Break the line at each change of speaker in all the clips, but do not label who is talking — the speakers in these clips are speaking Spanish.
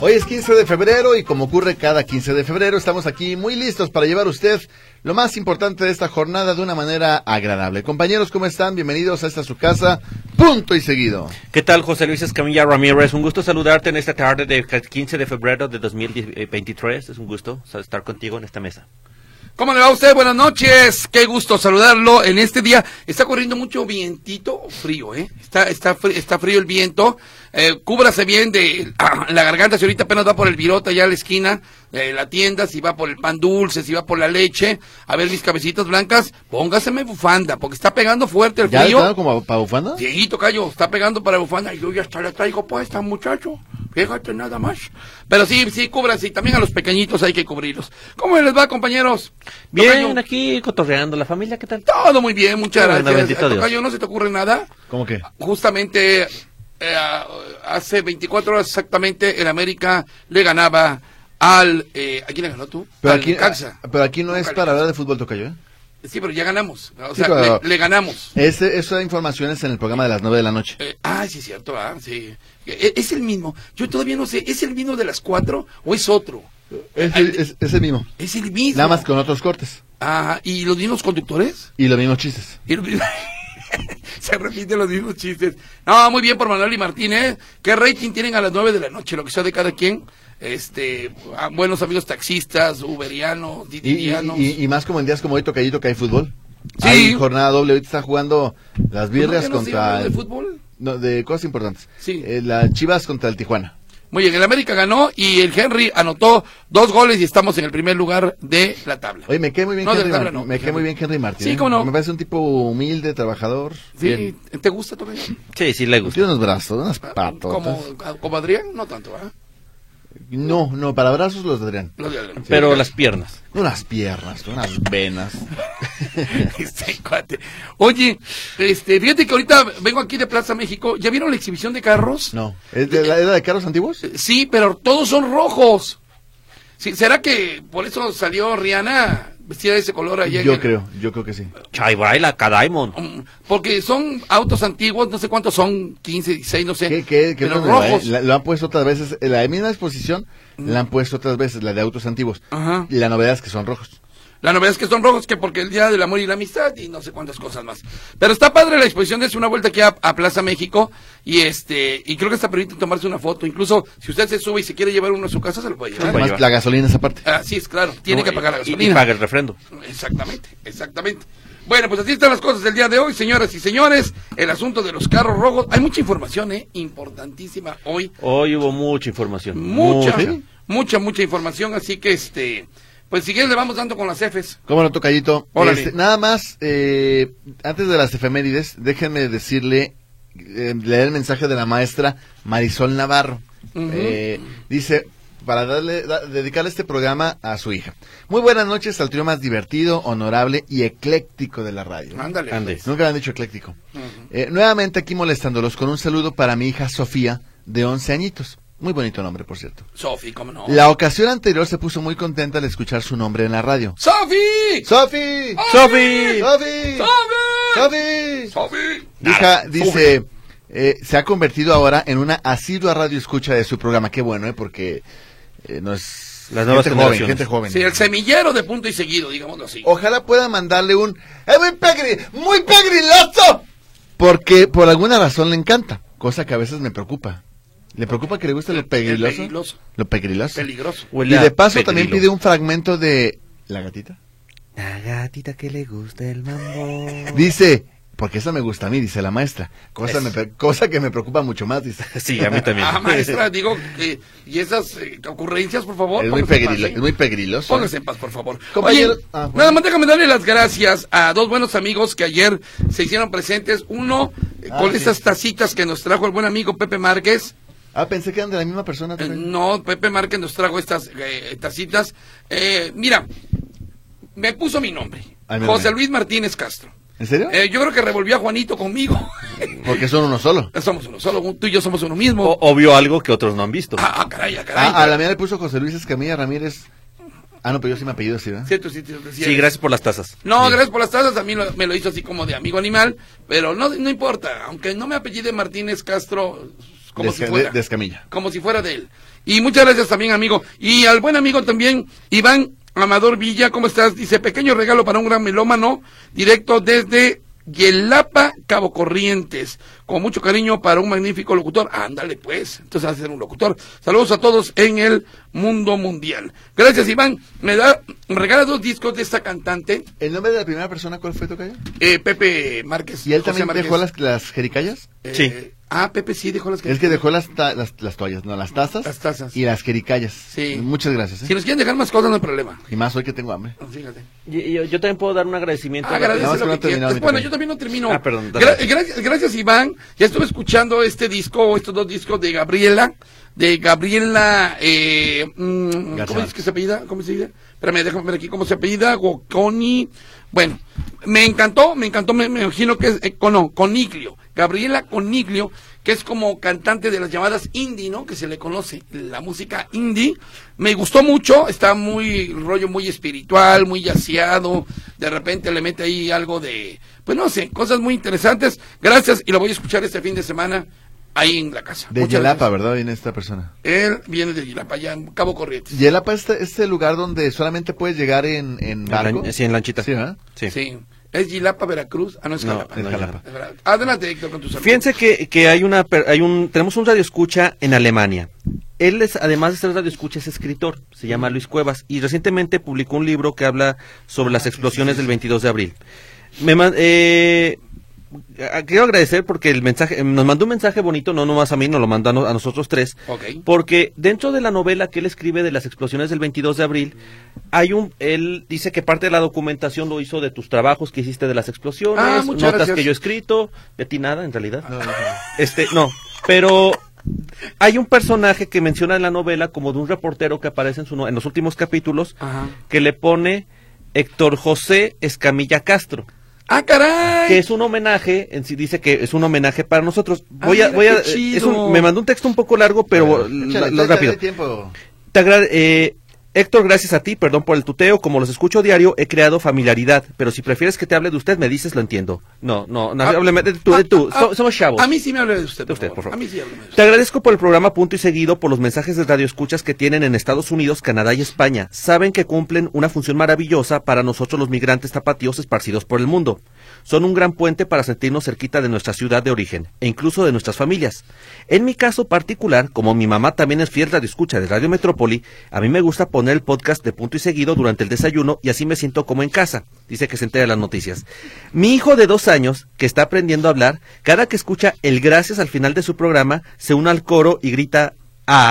Hoy es 15 de febrero y como ocurre cada 15 de febrero estamos aquí muy listos para llevar a usted lo más importante de esta jornada de una manera agradable. Compañeros, ¿cómo están? Bienvenidos a esta su casa. Punto y seguido.
¿Qué tal, José Luis Escamilla Ramírez? Un gusto saludarte en esta tarde de 15 de febrero de 2023. Es un gusto estar contigo en esta mesa.
¿Cómo le va a usted? Buenas noches. Qué gusto saludarlo en este día. Está corriendo mucho vientito frío, ¿eh? Está, está, frío, está frío el viento. Eh, cúbrase bien de la garganta si ahorita apenas va por el virota allá a la esquina de la tienda, si va por el pan dulce, si va por la leche. A ver, mis cabecitas blancas, póngaseme bufanda, porque está pegando fuerte el
¿Ya
frío.
le como para bufanda?
Sí, tocayo, está pegando para bufanda. Y yo ya hasta la traigo puesta, muchacho. Fíjate nada más. Pero sí, sí, cúbranse. Y también a los pequeñitos hay que cubrirlos. ¿Cómo les va, compañeros?
Bien,
Tocayo,
aquí cotorreando. ¿La familia qué tal?
todo muy bien, muchas
Qué bueno,
gracias.
bendito Dios.
Tocayo, ¿no se te ocurre nada?
¿Cómo que?
Justamente eh, hace 24 horas exactamente el América le ganaba al... Eh, ¿A quién le ganó tú?
Pero
al
aquí, eh, ah,
Necaxa.
pero aquí no es
Necaxa.
para hablar de fútbol, Tocayo. ¿eh?
Sí, pero ya ganamos. O
Sí,
sea,
pero-
le- le ganamos.
Ese, esa información es en el programa de las 9 de la noche.
Eh, ah, sí, es cierto, ah, sí. E- Es el mismo. Yo todavía no sé, ¿es el mismo de las cuatro o es otro?
Es,
Ay,
es- es el mismo.
Es el mismo.
Nada más con otros cortes
Ah, ¿y los mismos conductores?
y los mismos chistes.
Y los mismos- Se repiten los mismos chistes. No, muy bien por Manuel y Martínez. ¿Qué rating tienen a las nueve de la noche? Lo que sea de cada quien. Este, ah, buenos amigos taxistas, uberianos,
Y, y,
didianos.
y- y más como en días como hoy, Tocayito, que hay fútbol.
Sí. Pues,
Hay jornada doble. Ahorita está jugando las birrias
¿No se habla
contra.
de
el-
fútbol?
No, de cosas importantes.
Sí.
Eh, las Chivas contra el Tijuana.
Muy bien, el América ganó y el Henry anotó dos goles y estamos en el primer lugar de la tabla.
Oye, me cae muy bien
No, de
Henry
tabla
Mar-
no,
Me cae muy bien Henry Martín.
Sí,
¿eh?
cómo no.
Me parece un tipo humilde, trabajador.
Sí,
Bien.
¿te gusta tu Ah,
Sí, sí, le gusta.
Tiene unos brazos, unas patotas.
Como, ah, como Adrián, no tanto, ¿ah?
No, no, para brazos los tendrían.
Lo de Adrián.
Pero las piernas.
Unas piernas, unas venas.
Este cuate. Oye, este, fíjate que ahorita vengo aquí de Plaza México. ¿Ya vieron la exhibición de carros?
No. ¿Es de la era de carros antiguos?
Sí, pero todos son rojos. Sí, ¿Será que por eso salió Rihanna vestida de ese color ayer?
Yo creo, yo creo que sí.
Chai baila, Cadaimon.
Mm, Porque son autos antiguos, no sé cuántos son, 15, 16, no sé.
¿Qué, qué, qué
pero
bueno,
rojos. Mm.
eh, la- lo han puesto otras veces. en La misma exposición la han puesto otras veces, la de autos antiguos.
Ajá.
Y la novedad es que son rojos.
La novedad es que son rojos, que porque el Día del Amor y la Amistad y no sé cuántas cosas más. Pero está padre la exposición, es una vuelta aquí a, a Plaza México y este y creo que hasta permite tomarse una foto. Incluso si usted se sube y se quiere llevar uno a su casa, se lo puede llevar.
Bueno.
Además, la gasolina esa parte.
Así es, claro, tiene
No,
que pagar la
y- y
gasolina.
paga el refrendo.
Exactamente, exactamente. Bueno, pues así están las cosas del día de hoy, señoras y señores. El asunto de los carros rojos. Hay mucha información, ¿eh? Importantísima hoy.
Hoy hubo mucha información.
Mucha,
Mucha.
mucha, mucha información. Así que, este, pues si quieres le vamos dando con las Fs.
¿Cómo no, Tocayito?
Órale.
Este, nada más, eh, antes de las efemérides, déjenme decirle, eh, leer el mensaje de la maestra Marisol Navarro.
Ujú.
Eh, dice, para darle, da- dedicarle este programa a su hija. Muy buenas noches al trío más divertido, honorable y ecléctico de la radio.
Ándale.
Andes.
Nunca le han dicho ecléctico.
Ujú.
Eh, nuevamente aquí molestándolos con un saludo para mi hija Sofía, de 11 añitos. Muy bonito nombre, por cierto.
Sofi, cómo no.
La ocasión anterior se puso muy contenta al escuchar su nombre en la radio.
¡Sofi! ¡Oh!
¡Sofi!
Sofi.
¡Sofi!
¡Sofi!
¡Sofi!
¡Sofi!
Hija, dice, eh, se ha convertido ahora en una asidua radio escucha de su programa. Qué bueno, ¿eh? Porque eh, no es...
Las nuevas
gente joven,
generaciones.
gente joven.
Sí, el semillero de punto y seguido, digámoslo así.
Ojalá pueda mandarle un... "Es muy pegri- ¡Muy pegriloso! Porque por alguna razón le encanta, cosa que a veces me preocupa. ¿Le preocupa que le guste lo pegriloso?
pegriloso.
Lo pegriloso.
Peligroso.
Y de paso también pide
petrilo.
un fragmento de... ¿La gatita?
La gatita que le gusta el mambo.
Dice, porque esa me gusta a mí, dice la maestra. Cosa,
Es-
me pre- cosa que me preocupa mucho más, dice.
Sí, a mí también.
Ah, maestra, digo, que- y esas eh, ocurrencias, por favor.
Es muy,
póngase en
pegrilo-
paz, ¿eh?
es muy pegriloso.
Póngase en paz, por favor.
Compañero-
Oye,
Ah, bueno.
nada más déjame darle las gracias a dos buenos amigos que ayer se hicieron presentes. Uno, eh,
Ah,
con
sí.
esas tacitas que nos trajo el buen amigo Pepe Márquez.
Ah, pensé que eran de la misma persona.
Eh,
también.
No, Pepe Márquez nos trajo estas eh, tacitas. Eh, mira, me puso mi nombre.
Ay, mira,
José
mira.
Luis Martínez Castro.
¿En serio?
Eh, yo creo que revolvió a Juanito conmigo.
Porque son uno solo.
somos uno solo, tú y yo somos uno mismo.
O, o vio algo que otros no han visto.
Ah, ah, caray, ah, caray.
Ah, a la mía le puso José Luis Escamilla Ramírez. Ah, no, pero yo sí me apellido así, ¿verdad?
Cierto, sí, cierto,
Sí, gracias por las tazas.
No, gracias por las tazas. A mí lo- me lo hizo así como de amigo animal, pero no, no importa. Aunque no me apellide Martínez Castro, como
De Esca-
si fuera.
de- de Escamilla.
Como si fuera de él. Y muchas gracias también, amigo. Y al buen amigo también, Iván Amador Villa, ¿cómo estás? Dice, pequeño regalo para un gran melómano, directo desde Yelapa, Cabo Corrientes. Con mucho cariño para un magnífico locutor. Ándale, pues. Entonces va a ser un locutor. Saludos a todos en el mundo mundial. Gracias, Iván. Me da, me regala dos discos de esta cantante.
¿El nombre de la primera persona cuál fue, Tocayo?
Eh, Pepe Márquez.
¿Y él
José
también
Márquez.
dejó las, las jericayas?
Eh,
Sí.
Ah, Pepe sí dejó las
Es que dejó las, ta- las, las toallas, no, las tazas.
Las tazas.
Y las jericayas.
Sí.
Muchas gracias, ¿eh?
Si nos quieren dejar más cosas, no hay problema.
Y más hoy que tengo hambre.
Fíjate.
Yo, yo- yo también puedo dar un agradecimiento. a la-
Agradece
Nada más
lo
que no
que
ha terminado
quieras. Pues,
mi
Bueno,
café.
yo también no termino.
Ah, perdón, dale.
Gra- gracias, gracias, Iván. Ya estuve escuchando este disco, estos dos discos de Gabriela. De Gabriela. Eh, mm, ¿Cómo
Garzón.
es que se apellida? ¿Cómo se dice? Espérame, déjame ver aquí cómo se apellida. Goconi. Bueno, me encantó, me encantó. Me, me imagino que es. eh, con, no, Coniglio. Gabriela Coniglio, que es como cantante de las llamadas indie, ¿no? Que se le conoce. La música indie. Me gustó mucho. Está muy. rollo muy espiritual, muy yaciado. De repente le mete ahí algo de. Pues no sé, cosas muy interesantes. Gracias y lo voy a escuchar este fin de semana ahí en la casa.
De
Muchas
Yelapa,
gracias.
¿verdad? Viene esta persona.
Él viene de Yelapa, allá en Cabo Corrientes.
Yelapa es este, este lugar donde solamente puedes llegar en, en
en
barco.
lan- sí, en lanchita.
Sí, ¿verdad?
Sí.
Sí. ¿Es Gilapa, Veracruz? Ah, no, es
No,
Jalapa.
en Jalapa.
Es verdad. Adelante, Héctor, con tus amigos.
Fíjense que, que hay una, per- hay un, tenemos un radioescucha en Alemania. Él es, además de ser radioescucha, es escritor. Se llama Luis Cuevas y recientemente publicó un libro que habla sobre
Ah,
las explosiones del 22 de abril. Me man- eh, a- quiero agradecer porque el mensaje eh, nos mandó un mensaje bonito, no nomás a mí, nos lo mandó a, no- a nosotros tres.
Ok.
Porque dentro de la novela que él escribe de las explosiones del 22 de abril, hay un, él dice que parte de la documentación lo hizo de tus trabajos que hiciste de las explosiones,
Ah, muchas
notas
gracias.
que yo he escrito, de ti nada en
Ah,
realidad. Este, no, pero hay un personaje que menciona en la novela como de un reportero que aparece en, su no- en los últimos capítulos
Ajá.
que le pone Héctor José Escamilla Castro,
¡Ah, caray!
que es un homenaje, en sí dice que es un homenaje para nosotros. Voy
Ah,
a,
mira,
voy a,
qué chido.
es un- me mandó un texto un poco largo, pero
Échale,
la-
échale,
lo rápido.
échale tiempo.
Te agra- eh, Héctor, gracias a ti, perdón por el tuteo, como los escucho diario, he creado familiaridad, pero si prefieres que te hable de usted, me dices, lo entiendo. No, no, no,
Ah,
háblame de tú, de tú,
ah,
so-
ah,
somos chavos.
A mí sí me hable de usted,
De usted, por favor.
A mí sí hábleme de usted.
Te agradezco por el programa Punto y Seguido, por los mensajes de radioescuchas que tienen en Estados Unidos, Canadá y España. Saben que cumplen una función maravillosa para nosotros los migrantes tapatíos esparcidos por el mundo. Son un gran puente para sentirnos cerquita de nuestra ciudad de origen e incluso de nuestras familias. En mi caso particular, como mi mamá también es fiel radioescucha de Radio Metrópoli, a mí me gusta poner el podcast de Punto y Seguido durante el desayuno y así me siento como en casa. Dice que se entera de las noticias. Mi hijo de dos años, que está aprendiendo a hablar, cada que escucha el gracias al final de su programa, se une al coro y grita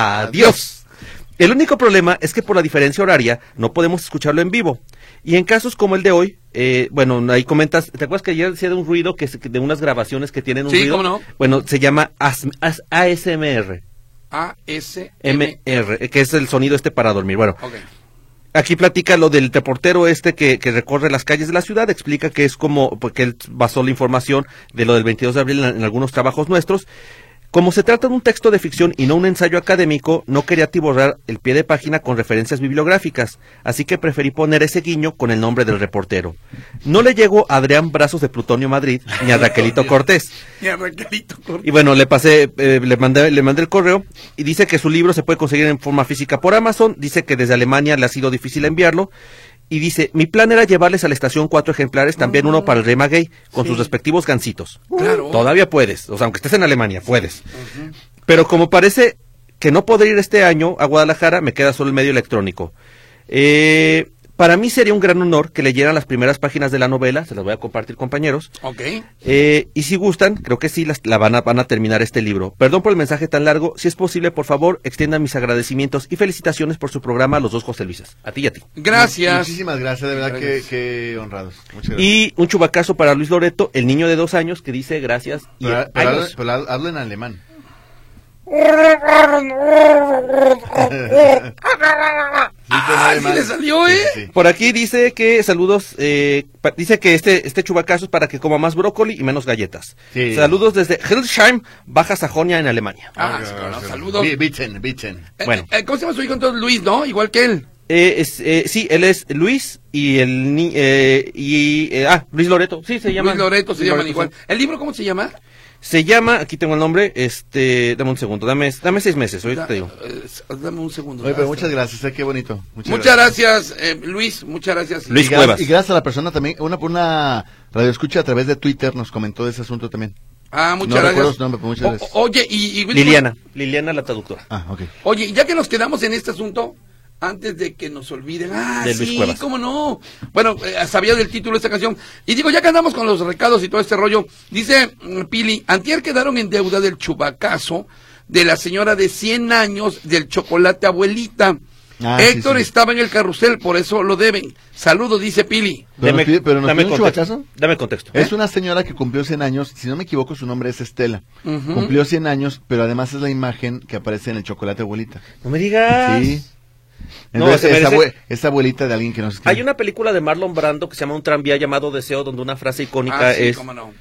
¡Adiós! El único problema es que por la diferencia horaria no podemos escucharlo en vivo. Y en casos como el de hoy, eh, bueno, ahí comentas, ¿te acuerdas que ayer decía de un ruido que se- de unas grabaciones que tienen un
Sí,
ruido?
cómo no.
Bueno, se llama as- as- ASMR,
A, S, M.
MR, que es el sonido este para dormir. Bueno,
Ok.
Aquí platica lo del reportero este que, que recorre las calles de la ciudad, explica que es como, porque él basó la información de lo del 22 de abril en, en algunos trabajos nuestros. Como se trata de un texto de ficción y no un ensayo académico, no quería atiborrar el pie de página con referencias bibliográficas, así que preferí poner ese guiño con el nombre del reportero. No le llegó a Adrián Brazos de Plutonio Madrid ni a Raquelito Cortés,
Y a Raquelito Cortés.
y bueno, le pasé, eh, le mandé, le mandé el correo y dice que su libro se puede conseguir en forma física por Amazon. Dice que desde Alemania le ha sido difícil enviarlo. Y dice, mi plan era llevarles a la estación cuatro ejemplares, también uno para el Rema Gay, con sus respectivos gancitos.
Claro.
Todavía puedes, o sea, aunque estés en Alemania, puedes. Pero como parece que no podré ir este año a Guadalajara, me queda solo el medio electrónico. Eh, para mí sería un gran honor que leyeran las primeras páginas de la novela, se las voy a compartir compañeros.
Ok.
Eh, y si gustan, creo que sí, las, la van, a, van a terminar este libro. Perdón por el mensaje tan largo. Si es posible, por favor, extiendan mis agradecimientos y felicitaciones por su programa a los dos José Luises. A ti y a ti.
Gracias.
Muchísimas gracias, de verdad que,
Gracias.
que honrados. Muchas gracias.
Y un chubacazo para Luis Loreto, el niño de dos años que dice gracias y
pero, pero
años.
habla- pero habla en alemán.
Ah, sí le salió, ¿eh?
Por aquí dice que saludos, eh, pa- dice que este, este chubacazo es para que coma más brócoli y menos galletas.
Sí.
Saludos desde Hildesheim, Baja Sajonia, en Alemania.
Ah, sí, claro, saludos.
Bichen, bichen.
Eh,
Bueno.
eh, ¿Cómo se llama su hijo entonces? Luis, ¿no? Igual que él.
Eh, es, eh, sí, él es Luis y el ni- eh, y eh, ah Luis Loreto, sí se llama.
Luis Loreto se
Luis
llaman igual.
sí.
¿El libro cómo se llama?
Se llama, aquí tengo el nombre, este, dame un segundo, dame, dame seis meses, ahorita
Da-
te digo.
eh, dame un segundo.
Oye, pero
Ah,
muchas gracias, eh, qué bonito.
Muchas gracias, eh, Luis. Muchas gracias.
Luis
Y gra-
Cuevas.
Y gracias a la persona también, una, una radioescucha a través de Twitter nos comentó de ese asunto también.
Ah, muchas
No recuerdo
gracias.
su nombre, pero muchas
O-
gracias.
oye, y, y-
Liliana, Liliana la traductora.
Ah, ok.
Oye, y ya que nos quedamos en este asunto, antes de que nos olviden. Ah,
De Luis
sí,
Cuevas.
cómo no. Bueno, eh, sabía del título de esta canción. Y digo, ya que andamos con los recados y todo este rollo, dice mm, Pili, antier quedaron en deuda del chubacazo de la señora de 100 años del chocolate abuelita.
Ah, sí,
Héctor
sí.
estaba en el carrusel, por eso lo deben. Saludos, dice Pili.
Pero nos pide- pero nos pide un
contexto. ¿Eh?
chubacazo.
Dame contexto.
Es una señora que cumplió 100 años, si no me equivoco su nombre es Estela.
Ujú.
Cumplió 100 años, pero además es la imagen que aparece en el chocolate abuelita.
No me digas.
Sí.
Ah. No,
Entonces,
se merece-
esta, abue- esta abuelita de alguien que nos escribe.
Hay una película de Marlon Brando que se llama Un tranvía llamado Deseo, donde una frase icónica
Ah, sí,
es
cómo no.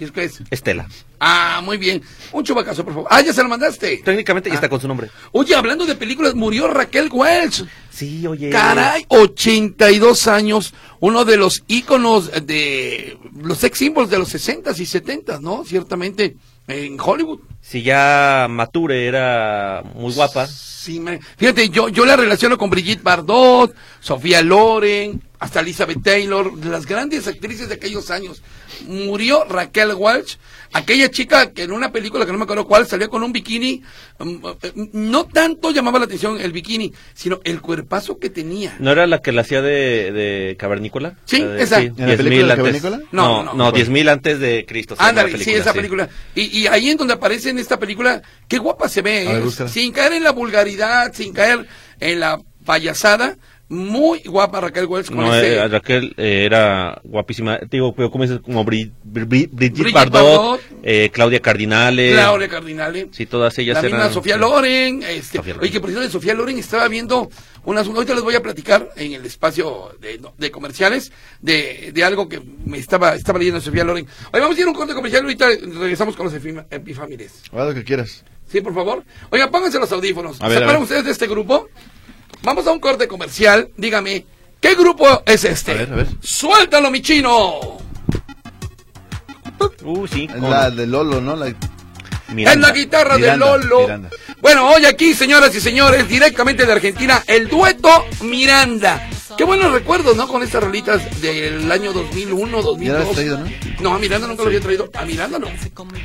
¿Y es que es?
Estela.
Ah, muy bien. Un chubacazo, por favor. Ah, ya se lo mandaste.
Técnicamente, y
Ah.
está con su nombre.
Oye, hablando de películas, murió Raquel Welch.
Sí, oye.
Caray, 82 años, uno de los íconos de los sex symbols de los 60s y 70s, ¿no? Ciertamente, en Hollywood.
Si ya Mature era muy guapa.
Sí, me- Fíjate, yo, yo la relaciono con Brigitte Bardot, Sofía Loren, hasta Elizabeth Taylor, de las grandes actrices de aquellos años. Murió Raquel Walsh, aquella chica que en una película que no me acuerdo cuál salió con un bikini. mm, eh, No tanto llamaba la atención el bikini, sino el cuerpazo que tenía.
¿No era la que la hacía de, de Cavernícola?
Sí,
La de-
esa.
¿En la película de Cavernícola?
No,
No,
no,
no,
no,
no.
10.000 antes de Cristo. se llama la
Ándale, sí, esa película. Y, y ahí en donde aparece en esta película, qué guapa se ve,
A ver,
¿eh?
búscala.
sin caer en la vulgaridad, sin caer en la payasada. Muy guapa Raquel Welch con
No,
ese-
eh, Raquel eh, era guapísima. Digo, pero ¿cómo dices? Como Bri- Bri- Bri- Brigitte
Brigitte
Bardot,
Bardot.
eh, Claudia Cardinale.
Claudia Cardinale.
Sí, todas ellas
la misma
eran-
Sofía Loren. Este,
Sofía Loren.
oye, que por cierto, de Sofía Loren estaba viendo unas. Ahorita les voy a platicar en el espacio de, de comerciales de, de algo que me estaba, estaba leyendo de Sofía Loren. Hoy vamos a ir a un corte comercial. Ahorita regresamos con los efima- epifamilies.
Haz lo que quieras.
Sí, por favor. Oiga, pónganse los audífonos.
A ver,
¿Se
a
acuerdan
ver.
ustedes de este grupo? Vamos a un corte comercial. Dígame, ¿qué grupo es este?
A ver, a ver.
¡Suéltalo, mi chino!
Uh, sí.
Es
cómo
la
no.
de Lolo, ¿no? La-
Miranda.
Es la guitarra
Miranda,
de Lolo.
Miranda.
Bueno, hoy aquí, señoras y señores, directamente de Argentina, el dueto Miranda. Qué buenos recuerdos, ¿no? Con estas rolitas del año 2001, 2002.
Ya la has traído, ¿no?
No, a Miranda nunca lo había traído. A Miranda no.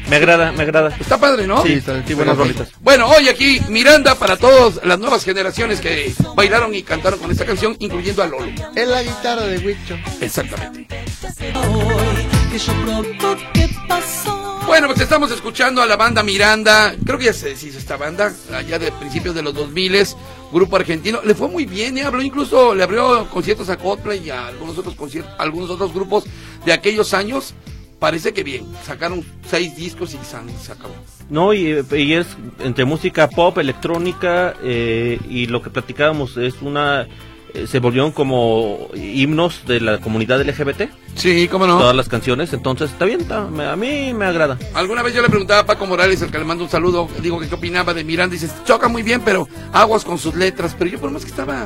Me agrada, me agrada.
Está padre, ¿no?
Sí, está-
Sí, buenas rolitas.
Bueno, hoy aquí Miranda para todas las nuevas generaciones que bailaron y cantaron con esta canción, incluyendo a Lolo.
Es la guitarra de Huicho.
Exactamente.
hoy que yo pronto que pasó.
Bueno, pues estamos escuchando a la banda Miranda. Creo que ya se deshizo esta banda, allá de principios de los 2000, grupo argentino. Le fue muy bien, ¿eh? habló incluso, le abrió conciertos a Coldplay y a algunos otros, concier- algunos otros grupos de aquellos años. Parece que bien, sacaron seis discos y san- se acabó.
No, y, eh, y es entre música pop, electrónica eh, y lo que platicábamos es una... eh, se volvieron como himnos de la comunidad LGBT,
Sí, cómo no.
todas las canciones, entonces está bien, está- me- a mí me agrada.
Alguna vez yo le preguntaba a Paco Morales, el que le mando un saludo, digo que qué opinaba de Miranda, y dice, choca muy bien, pero aguas con sus letras, pero yo por más que estaba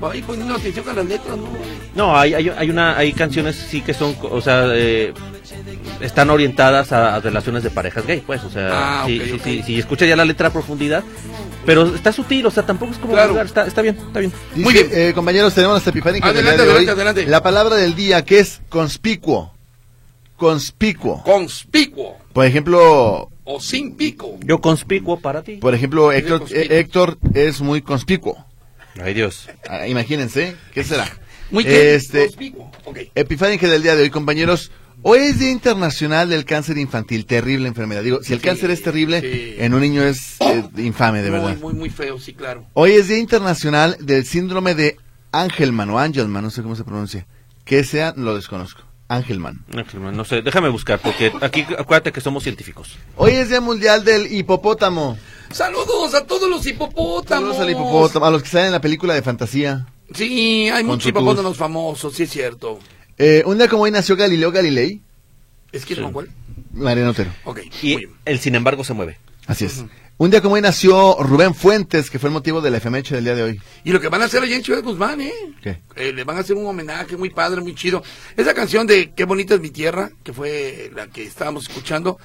pues, ahí poniendo atención a las letras, no.
No, hay, hay, hay una, hay canciones sí que son, o sea, eh, están orientadas a, a relaciones de parejas gay, pues, o sea,
Ah,
sí,
ok,
sí,
ok.
sí, sí, escucha ya la letra a profundidad, pero está sutil, o sea, tampoco es como
Claro.
vulgar, está, está bien, está bien.
Muy bien. Eh, compañeros, tenemos las epifánicas
Adelante,
del día de
adelante,
hoy.
adelante.
La palabra del día que es conspicuo. Conspicuo.
Conspicuo
Por ejemplo,
o sin pico.
Yo conspicuo para ti.
por ejemplo, Héctor,
conspicuo.
eh, Héctor es muy conspicuo.
Ay Dios.
Ah, Imagínense, ¿qué será?
Muy bien,
Este,
conspicuo. Ok.
Epifánica del día de hoy, compañeros. Hoy es Día Internacional del Cáncer Infantil, terrible enfermedad. Digo, si el
Sí,
cáncer es terrible,
sí.
en un niño es eh, infame, de
muy,
verdad.
muy, muy feo, sí, claro.
Hoy es Día Internacional del Síndrome de Angelman o Angelman, no sé cómo se pronuncia. Que sea, lo desconozco. Angelman.
No sé, déjame buscar, porque aquí acuérdate que somos científicos.
Hoy es Día Mundial del Hipopótamo.
Saludos a todos los hipopótamos.
Saludos al hipopótamo, a los que salen en la película de fantasía.
Sí, hay
Con
muchos
tutús.
hipopótamos famosos, sí es cierto.
Eh, un día como hoy nació Galileo Galilei,
¿Es que
Sí.
no cuál?
Mariano Otero.
Ok,
Y
muy bien.
el sin embargo se mueve.
Así es. Un día como hoy nació Rubén Fuentes, que fue el motivo de la efeméride del día de hoy.
Y lo que van a hacer allá en Ciudad Guzmán, ¿eh?
¿Qué?
Eh, Le van a hacer un homenaje muy padre, muy chido. Esa canción de Qué bonita es mi tierra, que fue la que estábamos escuchando.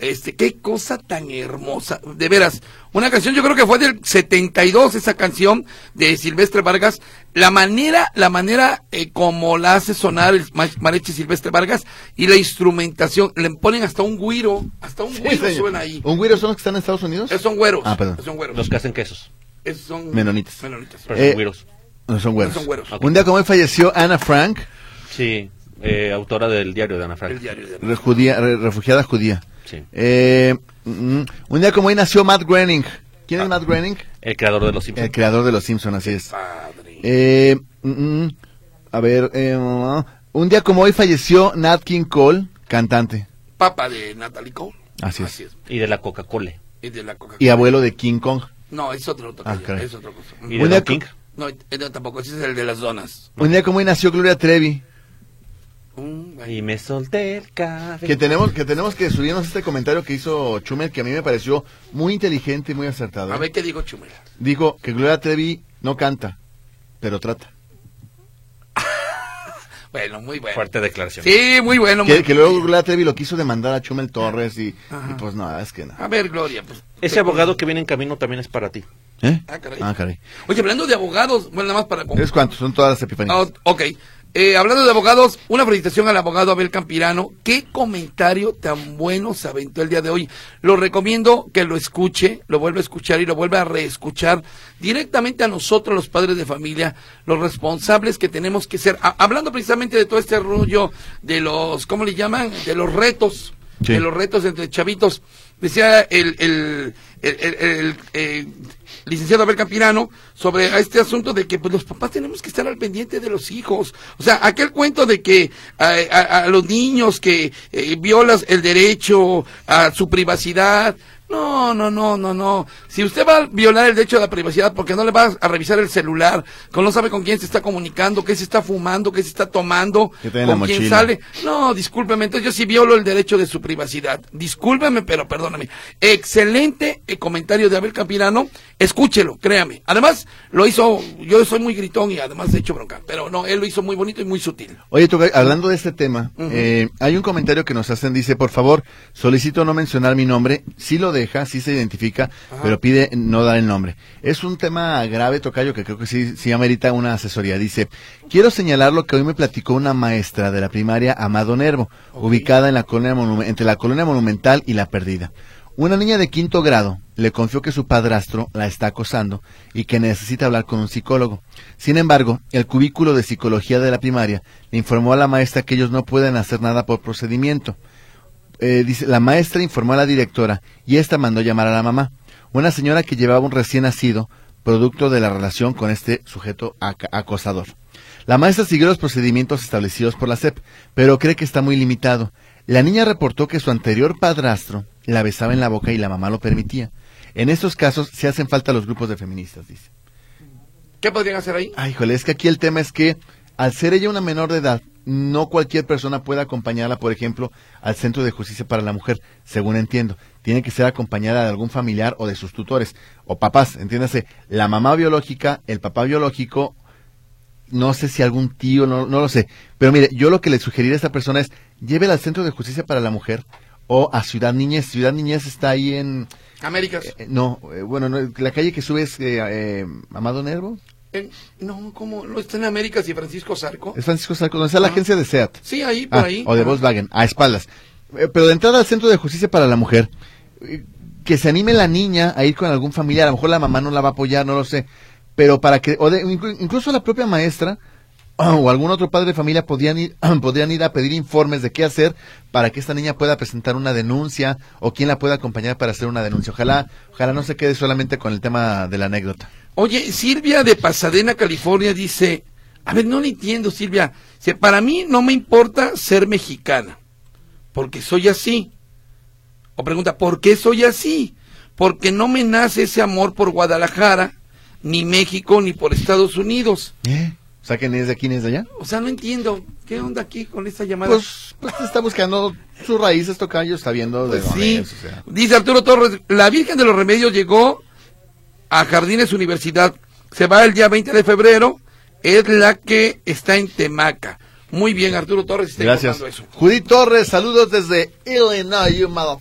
Este, qué cosa tan hermosa, de veras. Una canción, yo creo que fue del 72, esa canción de Silvestre Vargas. La manera, la manera eh, como la hace sonar el ma- Mareche Silvestre Vargas y la instrumentación, le ponen hasta un guiro, hasta un
Sí,
guiro
señor.
suena ahí.
¿Un güiro son los que están en Estados Unidos?
Esos son güeros.
Ah, perdón.
esos son güeros.
Los que hacen quesos.
Esos son
Menonitas.
menonitas.
Pero
Eh,
son güiros.
No son güeros.
No son güeros.
Ok.
Un día como hoy falleció Ana Frank,
Sí, eh, autora del diario de Ana Frank.
El diario de
re- judía- re- refugiada judía.
Sí.
Eh, mm, un día como hoy nació Matt Groening. ¿Quién
Ah.
es Matt Groening?
El creador de los
El
Simpsons.
creador de Los Simpsons, así es.
Padre.
Eh, mm, mm, a ver, eh, un día como hoy falleció Nat King Cole, cantante.
Papa de Natalie Cole.
Así es.
Y de la Coca-Cola.
Y de la coca
Y abuelo de King Kong.
No, es otro, otro
Ah,
que yo,
caray.
es otro cosa.
Y
Un
de
día
Don King.
No, eh, no, tampoco, ese es el de las donas.
Un día como hoy nació Gloria Trevi.
Mm, ahí.
Y me solté el cabello.
Que tenemos, que tenemos que subirnos este comentario que hizo Chumel, que a mí me pareció muy inteligente y muy acertado.
A ver qué digo, Chumela.
Dijo que Gloria Trevi no canta, pero trata.
Bueno, muy bueno.
Fuerte declaración.
Sí, muy bueno. muy-
Que, que luego Gloria Trevi lo quiso demandar a Chumel Torres y,
Ajá.
y pues nada, es que nada.
A ver, Gloria. Pues,
Ese abogado que viene en camino también es para ti.
¿Eh?
Ah, caray.
Ah, caray.
Oye, hablando de abogados, bueno, nada más para...
¿Es cuánto? Son todas las epifanías.
Ah, ok. Eh, hablando de abogados, una felicitación al abogado Abel Campirano. Qué comentario tan bueno se aventó el día de hoy. Lo recomiendo que lo escuche, lo vuelva a escuchar y lo vuelva a reescuchar directamente a nosotros, los padres de familia, los responsables que tenemos que ser. A- hablando precisamente de todo este rollo de los, ¿cómo le llaman? De los retos.
Sí.
De los retos entre chavitos. Decía el, el, el, el- el, eh, licenciado Abel Campirano sobre a este asunto de que pues, los papás tenemos que estar al pendiente de los hijos. O sea, aquel cuento de que a, a- a los niños que eh, violas el derecho a su privacidad. No, no, no, no, no. Si usted va a violar el derecho a la privacidad porque no le va a revisar el celular, con no sabe con quién se está comunicando, qué se está fumando, qué se está tomando,
¿Qué trae en la
con quién
mochila?
sale, no, discúlpeme, entonces yo sí violo el derecho de su privacidad. Discúlpeme, pero perdóname. Excelente eh, comentario de Abel Campirano. Escúchelo, créame. Además, lo hizo, yo soy muy gritón y además he hecho bronca, pero no, él lo hizo muy bonito y muy sutil.
Oye, Tocay, hablando de este tema,
Ujú.
eh, hay un comentario que nos hacen, dice, por favor, solicito no mencionar mi nombre, sí lo deja, sí se identifica,
Ajá.
pero pide no dar el nombre. Es un tema grave, Tocayo, que creo que sí, sí amerita una asesoría. Dice, quiero señalar lo que hoy me platicó una maestra de la primaria Amado Nervo,
Ok.
ubicada en la colonia Monu- entre la colonia monumental y la perdida. Una niña de quinto grado le confió que su padrastro la está acosando y que necesita hablar con un psicólogo. Sin embargo, el cubículo de psicología de la primaria le informó a la maestra que ellos no pueden hacer nada por procedimiento. Eh, dice, la maestra informó a la directora y esta mandó llamar a la mamá, una señora que llevaba un recién nacido, producto de la relación con este sujeto aca- acosador. La maestra siguió los procedimientos establecidos por la SEP, pero cree que está muy limitado. La niña reportó que su anterior padrastro la besaba en la boca y la mamá lo permitía. En estos casos se hacen falta los grupos de feministas, dice.
¿Qué podrían hacer ahí?
Ay, Ah, híjole, es que aquí el tema es que al ser ella una menor de edad, no cualquier persona puede acompañarla, por ejemplo, al Centro de Justicia para la Mujer, según entiendo. Tiene que ser acompañada de algún familiar o de sus tutores o papás, entiéndase, la mamá biológica, el papá biológico, no sé si algún tío, no, no lo sé. Pero mire, yo lo que le sugeriría a esta persona es llévela al Centro de Justicia para la Mujer o a Ciudad Niñez. Ciudad Niñez está ahí en...
Américas.
eh, no, eh, bueno, no, la calle que sube es eh, eh, Amado Nervo.
En- Eh, no, ¿cómo? ¿No está en Américas y Francisco Zarco?
Es Francisco Sarco, donde está la
Ah.
agencia de SEAT.
Sí, ahí, por
Ah,
ahí.
O de Volkswagen, a espaldas. Eh, Pero de entrada al Centro de Justicia para la Mujer, eh, que se anime la niña a ir con algún familiar, a lo mejor la mamá no la va a apoyar, no lo sé. Pero para que, o de- inclu- incluso la propia maestra o algún otro padre de familia podían ir, podrían ir a pedir informes de qué hacer para que esta niña pueda presentar una denuncia o quién la pueda acompañar para hacer una denuncia. Ojalá, ojalá no se quede solamente con el tema de la anécdota.
Oye, Silvia de Pasadena, California, dice, a ver, no le entiendo, Silvia, Dice, para mí no me importa ser mexicana, porque soy así. O pregunta, ¿por qué soy así? Porque no me nace ese amor por Guadalajara, ni México, ni por Estados Unidos.
¿Eh? O sea, que ni es de aquí ni es de allá.
O sea, no entiendo. ¿Qué onda aquí con esta llamada?
Pues, pues está buscando sus raíces, tocayo, está viendo de
Pues
dónde
sí.
es, o sea.
Dice Arturo Torres, la Virgen de los Remedios llegó a Jardines Universidad. Se va el día 20 de febrero. Es la que está en Temaca. Muy bien, Arturo Torres. está
Gracias.
informando eso.
Judith Torres, saludos desde Illinois, you mother-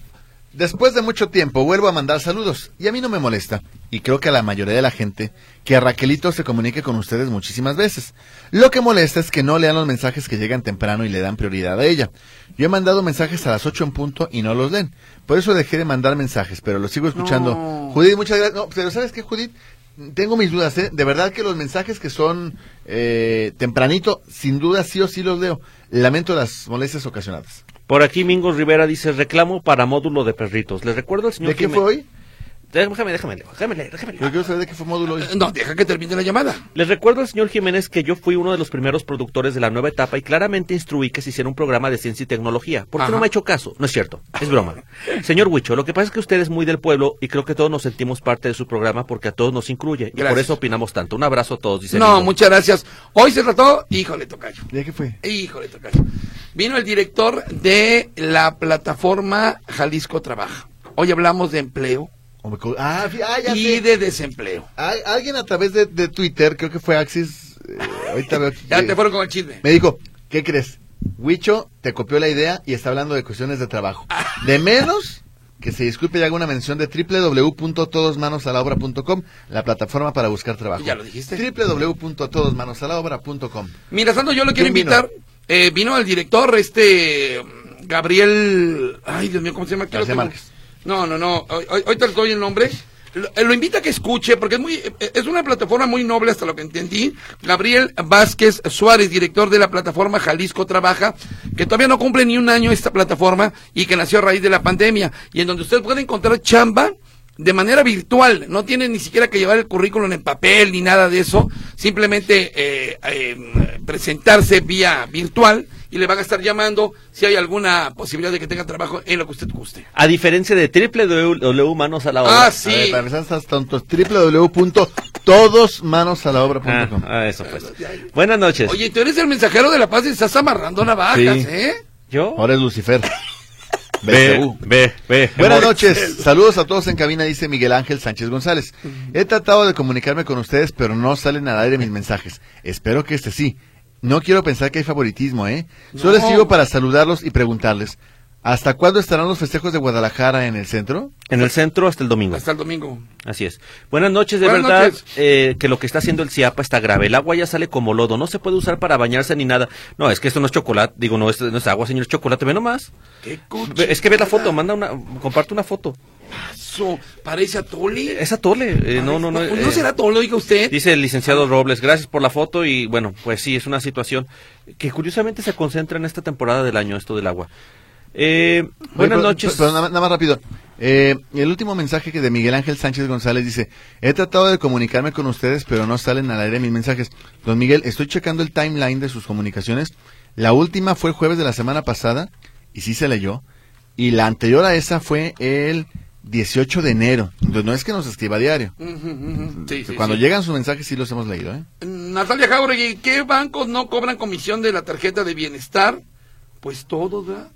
Después de mucho tiempo vuelvo a mandar saludos y a mí no me molesta, y creo que a la mayoría de la gente, que a Raquelito se comunique con ustedes muchísimas veces. Lo que molesta es que no lean los mensajes que llegan temprano y le dan prioridad a ella. Yo he mandado mensajes a las 8 en punto y no los leen. Por eso dejé de mandar mensajes, pero los sigo escuchando.
No.
Judith, muchas gracias. No, pero ¿sabes qué, Judith? Tengo mis dudas, ¿eh? De verdad que los mensajes que son eh, tempranito, sin duda sí o sí los leo. Lamento las molestias ocasionadas.
Por aquí Mingo Rivera dice reclamo para módulo de perritos. Les recuerdo al señor
¿De qué
Jimé-
fue hoy?
Déjame, déjame, leer, déjame, leer, déjame.
Yo
Ah.
leer.
quiero saber de qué fue módulo hoy.
Eh, No, deja que termine la llamada.
Les recuerdo al señor Jiménez que yo fui uno de los primeros productores de la nueva etapa y claramente instruí que se hiciera un programa de ciencia y tecnología. ¿Por qué
Ajá.
no me ha hecho caso? No es cierto, es broma. Señor Huicho, lo que pasa es que usted es muy del pueblo y creo que todos nos sentimos parte de su programa porque a todos nos incluye y por
Gracias.
eso opinamos tanto. Un abrazo a todos, dice.
No,
Mingo.
muchas gracias. Hoy se trató, híjole, tocayo.
¿De qué fue?
Híjole, tocayo. Vino el director de la plataforma Jalisco Trabaja. Hoy hablamos de empleo
O me co- Ah, fi- ah, ya
y
sé.
de desempleo.
Ay, alguien a través de, de Twitter, creo que fue Axis. eh, ahorita veo.
Ya
eh,
te fueron con el chisme.
Me dijo, ¿qué crees? Huicho te copió la idea y está hablando de cuestiones de trabajo. De menos que se disculpe y haga una mención de www.todosmanosalaobra.com, la plataforma para buscar trabajo.
Ya lo dijiste.
www.todosmanosalaobra.com.
Mira, Sando, yo lo quiero
¿Quién vino?
invitar. Eh, vino el director, este mm, Gabriel. Ay, Dios mío, ¿cómo se llama? Aquí lo
García
tengo.
Márquez.
No, no, no. Hoy, hoy- hoy te doy el nombre. Lo, eh, lo invito a que escuche, porque es muy, eh, es una plataforma muy noble, hasta lo que entendí. Gabriel Vázquez Suárez, director de la plataforma Jalisco Trabaja, que todavía no cumple ni un año esta plataforma y que nació a raíz de la pandemia, y en donde usted puede encontrar chamba de manera virtual, no tiene ni siquiera que llevar el currículum en papel ni nada de eso, simplemente eh, eh, presentarse vía virtual y le van a estar llamando si hay alguna posibilidad de que tenga trabajo en lo que usted guste.
A diferencia de www manos a la obra.
Ah, sí.
A ver, para empezar, estás tonto. www.todosmanosalaobra.com.
Ah, ah, eso pues. Buenas noches.
Oye, tú eres el mensajero de la paz y estás amarrando navajas,
Sí.
¿eh?
yo.
Ahora es Lucifer.
Ve,
Belcebú.
ve, ve.
Buenas noches, saludos a todos en cabina, dice Miguel Ángel Sánchez González. He tratado de comunicarme con ustedes, pero no salen al aire mis mensajes. Espero que este sí. No quiero pensar que hay favoritismo, ¿eh? Solo les
No.
sigo para saludarlos y preguntarles, ¿hasta cuándo estarán los festejos de Guadalajara en el centro?
En el centro hasta el domingo.
Hasta el domingo.
Así es. Buenas noches, de
Buenas
verdad
noches.
eh, que lo que está haciendo el CIAPA está grave. El agua ya sale como lodo, no se puede usar para bañarse ni nada. No, es que esto no es chocolate, digo, no, esto no es agua, señor, es chocolate, ve nomás.
Qué
Ve- Es que ve la foto, manda una, comparte una foto.
cuchazo. Parece a Toli.
Esa tole, eh, no, no, no.
Pues,
eh,
¿No será Toli, oiga usted?
Dice el licenciado Robles, gracias por la foto y bueno, pues sí, es una situación que curiosamente se concentra en esta temporada del año, esto del agua. Eh, buenas
Oye, pero-
noches.
Pero, pero nada, nada más rápido. Eh, el último mensaje que de Miguel Ángel Sánchez González dice, he tratado de comunicarme con ustedes, pero no salen al aire mis mensajes. Don Miguel, estoy checando el timeline de sus comunicaciones. La última fue jueves de la semana pasada y sí se leyó. Y la anterior a esa fue el 18 de enero. Entonces, no es que nos escriba a diario.
Ujú, ujú. Sí, sí,
Cuando
sí.
llegan sus mensajes sí los hemos leído. ¿eh?
Natalia Jauregui, ¿qué bancos no cobran comisión de la tarjeta de bienestar? Pues todos, ¿verdad?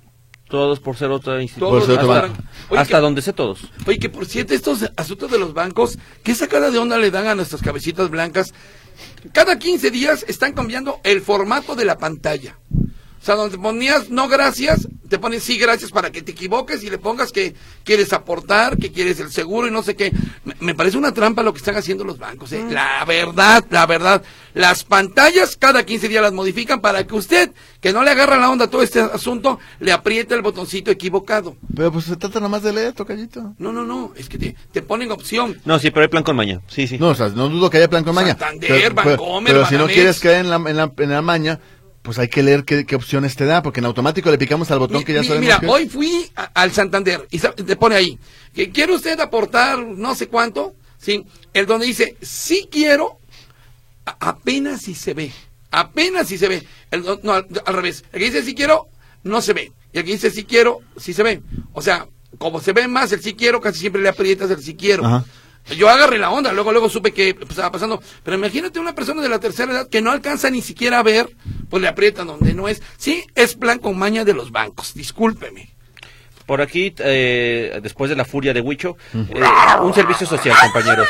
Todos por ser otra institución.
Todos
ser otro
hasta
banco. Oye,
hasta
que-
donde sé todos.
Oye, que por cierto, estos asuntos de los bancos, ¿qué sacada de onda le dan a nuestras cabecitas blancas? Cada 15 días están cambiando el formato de la pantalla. O sea, donde ponías no gracias, te ponen sí gracias para que te equivoques y le pongas que quieres aportar, que quieres el seguro y no sé qué. Me, me parece una trampa lo que están haciendo los bancos. ¿eh? La verdad, la verdad. Las pantallas cada 15 días las modifican para que usted, que no le agarra la onda a todo este asunto, le apriete el botoncito equivocado.
Pero pues se trata nomás de leer, tocallito.
No, no, no, es que te, te ponen opción.
No, sí, pero hay plan con maña. Sí, sí.
No, o sea, no dudo que haya plan con maña.
Santander,
pero,
Bancomer,
pero si no
Banamex.
quieres caer en la, en la, en la maña, pues hay que leer qué, qué opciones te da, porque en automático le picamos al botón
Mi-
que ya
mi-
sabemos
mira,
que-
hoy fui a- al Santander y sa- te pone ahí que quiere usted aportar no sé cuánto, sí, el donde dice sí quiero a- apenas si se ve. Apenas si se ve. El- no, al, al revés. El que dice sí quiero, no se ve. Y el que dice sí quiero, sí se ve. O sea, como se ve más el sí quiero, casi siempre le aprietas el sí quiero.
Ajá.
Yo agarré la onda, luego luego supe que pues, estaba pasando. Pero imagínate una persona de la tercera edad que no alcanza ni siquiera a ver, pues le aprietan donde no es. Sí, es plan con maña de los bancos, discúlpeme.
Por aquí, eh, después de la furia de Huicho,
Mm.
eh, un servicio social, compañeros.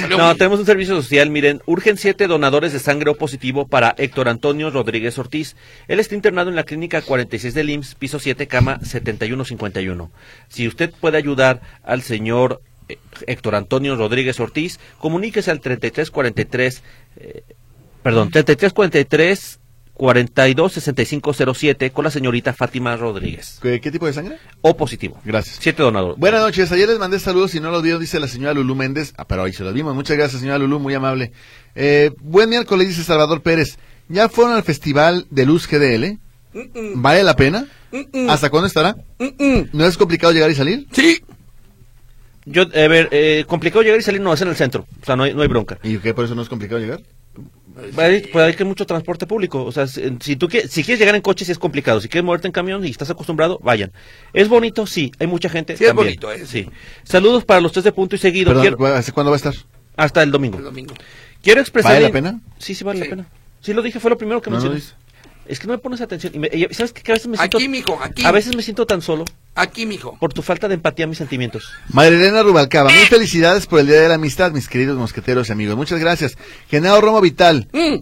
Salió
No,
muy-
tenemos un servicio social. Miren, urgen siete donadores de sangre O positivo para Héctor Antonio Rodríguez Ortiz. Él está internado en la clínica 46 del IMSS, piso 7, cama 7151. Si usted puede ayudar al señor eh, Héctor Antonio Rodríguez Ortiz, comuníquese al 3343, eh, perdón, 3343 426507 con la señorita Fátima Rodríguez.
¿Qué, qué tipo de sangre?
O positivo.
Gracias.
Siete donadores.
Buenas noches, ayer les mandé saludos y no los vio, dice la señora Lulú Méndez. Ah, pero ahí se los vimos. Muchas gracias, señora Lulú, muy amable. Eh, buen miércoles, dice Salvador Pérez. ¿Ya fueron al Festival de Luz GDL? ¿Vale la pena?
Mm-mm.
¿Hasta cuándo estará?
Mm-mm.
¿No es complicado llegar y salir?
Mm, Sí,
Yo, a ver, eh, complicado llegar y salir, no, es en el centro. O sea, no hay- no hay bronca.
¿Y qué? ¿Por eso no es complicado llegar?
Hay, pues hay que mucho transporte público. O sea, si, si tú quie- si quieres llegar en coche, sí es complicado. Si quieres moverte en camión y estás acostumbrado, vayan. ¿Es bonito? Sí. Hay mucha gente.
Sí, es
también.
bonito, ¿eh?
Sí. Saludos para los tres de punto y seguido.
Perdón,
Quiero-
¿hasta cuándo va a estar?
hasta el domingo.
el domingo.
Quiero expresar.
¿Vale la pena?
Sí, sí, vale
Sí.
la pena. Sí, lo dije, fue lo primero que
No, no
mencioné.
dice.
es que no me pones atención. Y me- y ¿Sabes qué? Que a veces me siento.
Aquí, mijo, aquí.
Pues A veces me siento tan solo
Aquí, mijo.
por tu falta de empatía a mis sentimientos.
Madre Elena Rubalcaba, mil felicidades por el Día de la Amistad, mis queridos mosqueteros y amigos. Muchas gracias. Genaro Romo Vital.
Mm.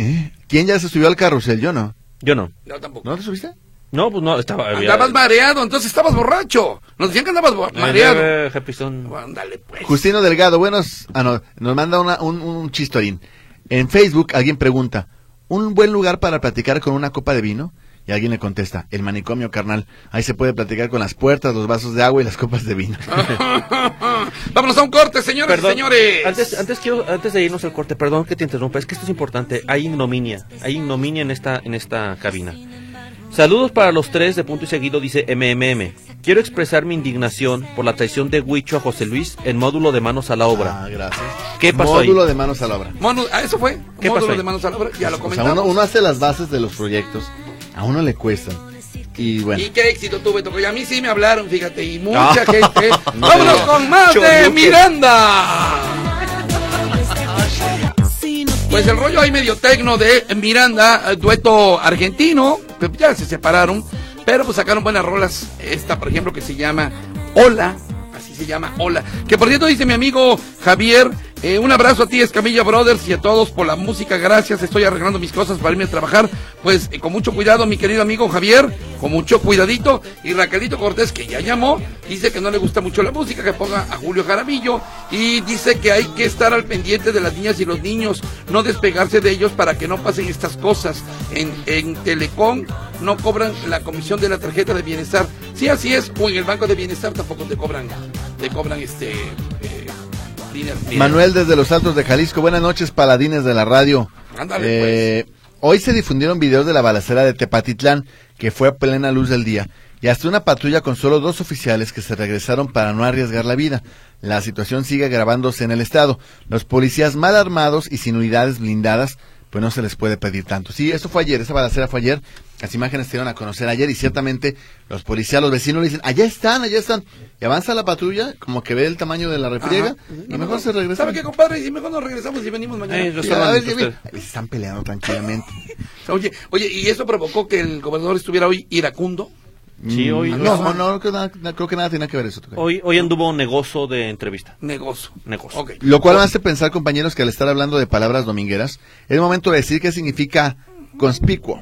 ¿Eh? ¿Quién ya se subió al carrusel? Yo no.
Yo no.
No, tampoco.
¿No te subiste?
No, pues no, estaba.
Andabas mareado, entonces estabas borracho. Nos decían que andabas bo- mareado.
Eh, Happy Stone.
Ándale, pues.
Justino Delgado, buenos. Ah, no, nos manda una- un, un chistorín. En Facebook alguien pregunta: ¿Un buen lugar para platicar con una copa de vino? Y alguien le contesta: El manicomio, carnal. Ahí se puede platicar con las puertas, los vasos de agua y las copas de vino.
Ah. Vámonos a un corte, señoras y señores.
Antes, antes, quiero, antes de irnos al corte, perdón que te interrumpa, es que esto es importante. Hay ignominia, hay ignominia en esta, en esta cabina. Saludos para los tres de punto y seguido, dice MMM. Quiero expresar mi indignación por la traición de Huicho a José Luis en módulo de manos a la obra.
Ah, gracias.
¿Qué pasó ahí?
Módulo de manos a la obra.
Monu- ah, eso fue.
¿Qué
Módulo
pasó ahí? Pues
de manos a la obra, Ya lo
O sea, uno,
comentamos.
uno hace las bases de los proyectos. A uno le cuestan. Y bueno.
Y qué éxito tuve, Toco. Y a mí sí me hablaron, fíjate. Y mucha
Ah.
gente.
No.
Vámonos con más de
Choluque.
Miranda. Pues el rollo ahí medio tecno de Miranda, eh, dueto argentino, que ya se separaron, pero pues sacaron buenas rolas. Esta, por ejemplo, que se llama Hola, así se llama Hola. Que por cierto dice mi amigo Javier, eh, un abrazo a ti, Escamilla Brothers, y a todos por la música, gracias. Estoy arreglando mis cosas para irme a trabajar. Pues eh, con mucho cuidado, mi querido amigo Javier, con mucho cuidadito. Y Raquelito Cortés, que ya llamó, dice que no le gusta mucho la música, que ponga a Julio Jaramillo. Y dice que hay que estar al pendiente de las niñas y los niños, no despegarse de ellos para que no pasen estas cosas. En, en Telecom no cobran la comisión de la tarjeta de bienestar. Sí, así es. O en el Banco de Bienestar tampoco te cobran, te cobran este... eh, dinero.
Manuel desde los Altos de Jalisco, buenas noches, paladines de la radio.
Ándale,
Eh, Hoy se difundieron videos de la balacera de Tepatitlán, que fue a plena luz del día, y hasta una patrulla con solo dos oficiales que se regresaron para no arriesgar la vida. La situación sigue agravándose en el estado. Los policías mal armados y sin unidades blindadas, pues no se les puede pedir tanto. Sí, esto fue ayer, esa balacera fue ayer. Las imágenes se dieron a conocer ayer y ciertamente los policías, los vecinos le dicen, allá están, allá están. Y avanza la patrulla, como que ve el tamaño de la refriega,
Ajá.
y mejor se regresa.
¿Sabe qué, compadre? Si mejor nos regresamos y venimos mañana.
Eh, yo-
Ya, a ver,
Ustedes.
Jimmy, ahí se están peleando tranquilamente.
Oye, oye, ¿y eso provocó que el gobernador estuviera hoy iracundo?
Sí, hoy,
Mm, no,
hoy,
no, no, creo, nada- no, creo que nada tiene que ver eso. Tocayo.
hoy anduvo un negocio de entrevista.
Negocio.
Negocio.
Ok.
Lo cual me hace pensar, compañeros, que al estar hablando de palabras domingueras, es momento de decir qué significa conspicuo.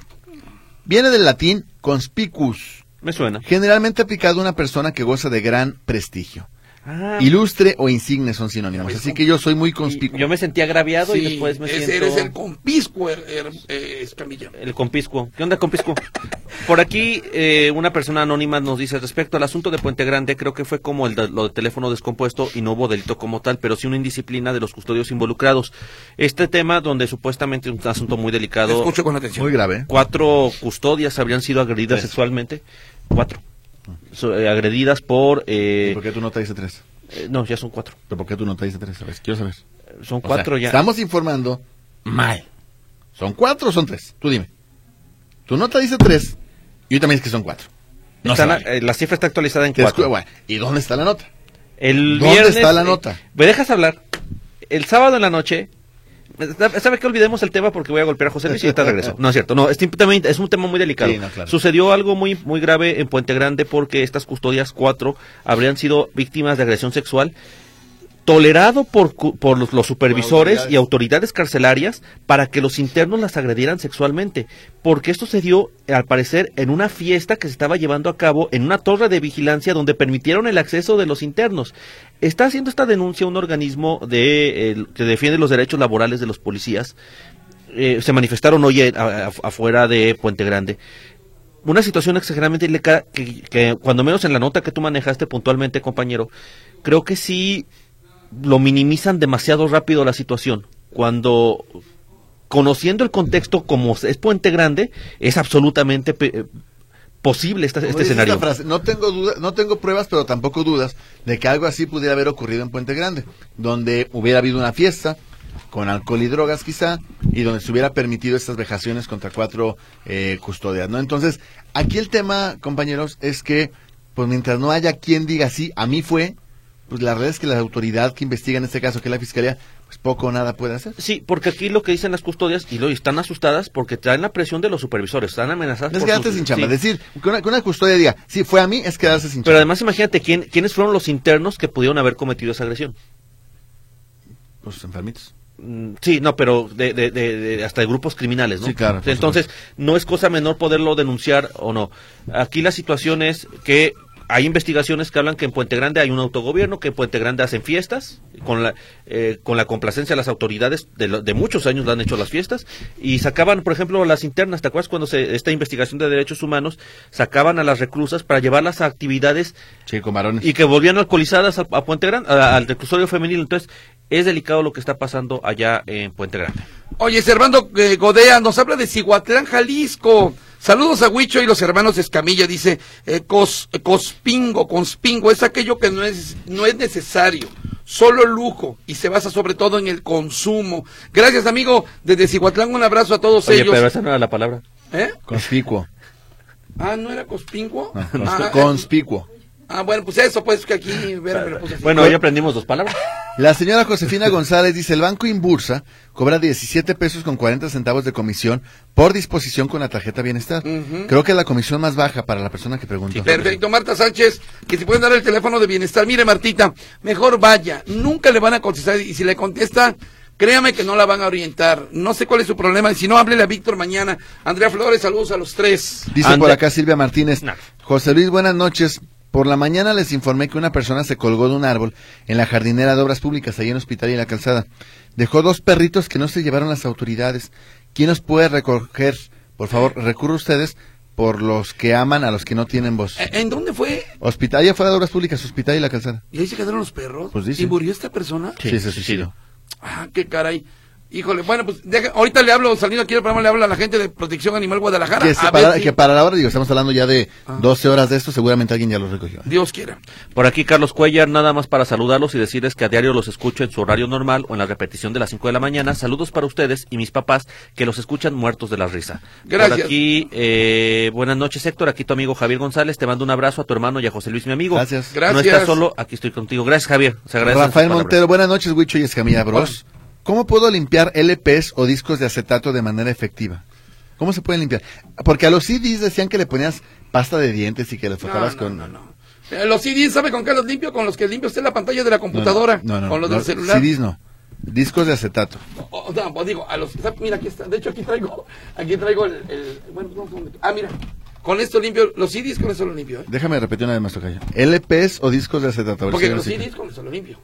Viene del latín conspicuus,
Me suena.
generalmente aplicado a una persona que goza de gran prestigio.
Ah,
Ilustre o insigne son sinónimos, así que yo soy muy
y-
conspicuo.
yo me sentí agraviado y
Sí,
después me
ese
siento...
eres el compisco, er- er- eh, Escamilla.
El compiscuo. ¿Qué onda, compiscuo? Por aquí, eh, una persona anónima nos dice respecto al asunto de Puente Grande, creo que fue como el de- lo de teléfono descompuesto y no hubo delito como tal, pero sí una indisciplina de los custodios involucrados. Este tema, donde supuestamente es un asunto muy
Te
delicado,
escucho con atención.
Muy grave. ¿eh?
cuatro custodias habrían sido agredidas
Tres. Ah.
sexualmente. Cuatro. So- eh, agredidas por. eh,
¿Por qué tú no traes a tres?
eh, no, ya son cuatro.
¿Pero ¿Por qué tú no traes a tres? A ver, quiero saber.
Son
O
cuatro
sea,
ya.
Estamos informando mal. ¿Son cuatro o son tres? Tú dime. Tu nota dice tres y hoy también es que son cuatro. No
Están
se
a-
vale.
eh, la cifra está actualizada en
Te
cuatro.
escu- bueno, ¿Y dónde está la nota?
El
¿Dónde
viernes,
está la
eh,
nota?
¿Me dejas hablar? El sábado en la noche. ¿Sabes qué? Olvidemos el tema porque voy a golpear a José Luis y ahorita regreso. No es cierto, no, es, simplemente- es un tema muy delicado.
Sí, no, claro.
Sucedió algo muy, muy grave en Puente Grande porque estas custodias cuatro habrían sido víctimas de agresión sexual tolerado por, cu- por los, los supervisores
Autoridades.
y autoridades carcelarias para que los internos las agredieran sexualmente, porque esto se dio, al parecer, en una fiesta que se estaba llevando a cabo en una torre de vigilancia donde permitieron el acceso de los internos. Está haciendo esta denuncia un organismo de, eh, que defiende los derechos laborales de los policías. Eh, se manifestaron hoy en- a- a- afuera de Puente Grande una situación exageradamente ilegal que, que cuando menos en la nota que tú manejaste puntualmente, compañero, creo que sí lo minimizan demasiado rápido la situación. Cuando conociendo el contexto como es Puente Grande, es absolutamente pe- eh, posible esta-
Como
este
dice esta
escenario.
frase, no tengo duda, no tengo pruebas, pero tampoco dudas de que algo así pudiera haber ocurrido en Puente Grande, donde hubiera habido una fiesta con alcohol y drogas quizá, y donde se hubiera permitido estas vejaciones contra cuatro eh, custodias, ¿no? Entonces, aquí el tema, compañeros, es que, pues mientras no haya quien diga sí, a mí fue, pues la verdad es que la autoridad que investiga en este caso, que es la fiscalía, pues poco o nada puede hacer.
Sí, porque aquí lo que dicen las custodias y lo y están asustadas porque traen la presión de los supervisores, están amenazadas.
No es
por
quedarte
sus-
sin chamba,
sí.
decir, que una, que una custodia diga, sí, fue a mí, es quedarse sin
Pero
chamba.
además imagínate quién, quiénes fueron los internos que pudieron haber cometido esa agresión.
Pues enfermitos.
Mm, Sí, no, pero de, de- de- de- hasta de grupos criminales, ¿no?
Sí, claro, por
Entonces, no es cosa menor poderlo denunciar o no. Aquí la situación es que hay investigaciones que hablan que en Puente Grande hay un autogobierno, que en Puente Grande hacen fiestas, con la, eh, con la complacencia de las autoridades, de, lo- de muchos años lo han hecho las fiestas, y sacaban, por ejemplo, las internas, ¿te acuerdas cuando se, esta investigación de derechos humanos, sacaban a las reclusas para llevarlas a actividades
Sí, con varones.
y que volvían alcoholizadas a, a Puente Grande, a- al reclusorio femenil. Entonces, es delicado lo que está pasando allá en Puente Grande.
Oye, Servando eh, Godea nos habla de Cihuatlán, Jalisco. Saludos a Huicho y los hermanos Escamilla, dice eh, cos- eh, Cospingo, Conspingo, es aquello que no es, no es necesario, solo lujo y se basa sobre todo en el consumo. Gracias, amigo, desde Cihuatlán un abrazo a todos
Oye,
ellos.
pero esa no era la palabra.
¿Eh?
Conspicuo.
Ah, ¿no era Cospingo?
No,
ah,
conspi-
eh,
Este, conspicuo.
ah, bueno, pues eso, pues que aquí Vera me lo
pues,
puso así.
Bueno, hoy aprendimos dos palabras.
La señora Josefina González dice, el banco Inbursa cobra 17 pesos con 40 centavos de comisión por disposición con la tarjeta Bienestar.
Ujú.
Creo que es la comisión más baja para la persona que preguntó.
Perfecto, Marta Sánchez, que si pueden dar el teléfono de bienestar. Mire, Martita, mejor vaya, nunca le van a contestar y si le contesta, créame que no la van a orientar. No sé cuál es su problema, y si no, háblele a Víctor mañana. Andrea Flores, saludos a los tres.
Dice
Ande-
por acá Silvia Martínez.
No.
José Luis, buenas noches. Por la mañana les informé que una persona se colgó de un árbol en la jardinera de obras públicas, ahí en Hospital y la Calzada. Dejó dos perritos que no se llevaron las autoridades. ¿Quién los puede recoger? Por favor, recurre ustedes por los que aman a los que no tienen voz.
¿Eh, ¿En dónde fue?
Hospital, allá afuera de obras públicas, hospital y la calzada.
¿Y ahí se quedaron los perros?
Pues dice.
¿Y murió esta persona?
Sí, se suicidó.
Ah, qué caray. Híjole, bueno, pues deja- ahorita le hablo, saliendo aquí del programa, le hablo a la gente de Protección Animal Guadalajara.
Que,
a
se
ver
para,
si
que para la hora, digo, estamos hablando ya de
Ah.
12 horas de esto, seguramente alguien ya los recogió.
Dios quiera.
Por aquí Carlos Cuellar, nada más para saludarlos y decirles que a diario los escucho en su horario normal o en la repetición de las 5 de la mañana. Saludos para ustedes y mis papás que los escuchan muertos de la risa.
Gracias.
Por aquí, eh, buenas noches Héctor, aquí tu amigo Javier González, te mando un abrazo a tu hermano y a José Luis, mi amigo.
Gracias.
Gracias.
No estás solo, aquí estoy contigo. Gracias Javier, se agradecen sus
Rafael
palabras.
Montero, buenas noches, Huicho y Escamilla Bros. ¿Cómo puedo limpiar LPs o discos de acetato de manera efectiva? ¿Cómo se pueden limpiar? Porque a los CDs decían que le ponías pasta de dientes y que le
No,
frotabas
no,
con...
no, no. Eh, Los CDs, ¿sabe con qué los limpio? Con los que limpia usted la pantalla de la computadora.
No, no, no,
con los
no,
del celular.
CDs no. Discos de acetato.
O- o- no, pues digo, a los. Mira, aquí está. De hecho, aquí traigo. Aquí traigo el. el- bueno, no, no, ah, mira. Con esto limpio. Los CDs con eso lo limpio, ¿eh?
Déjame repetir una vez más, Tocayo. LPs o discos de acetato. A ver
Porque
si ahora
los
sí.
CDs con eso lo limpio.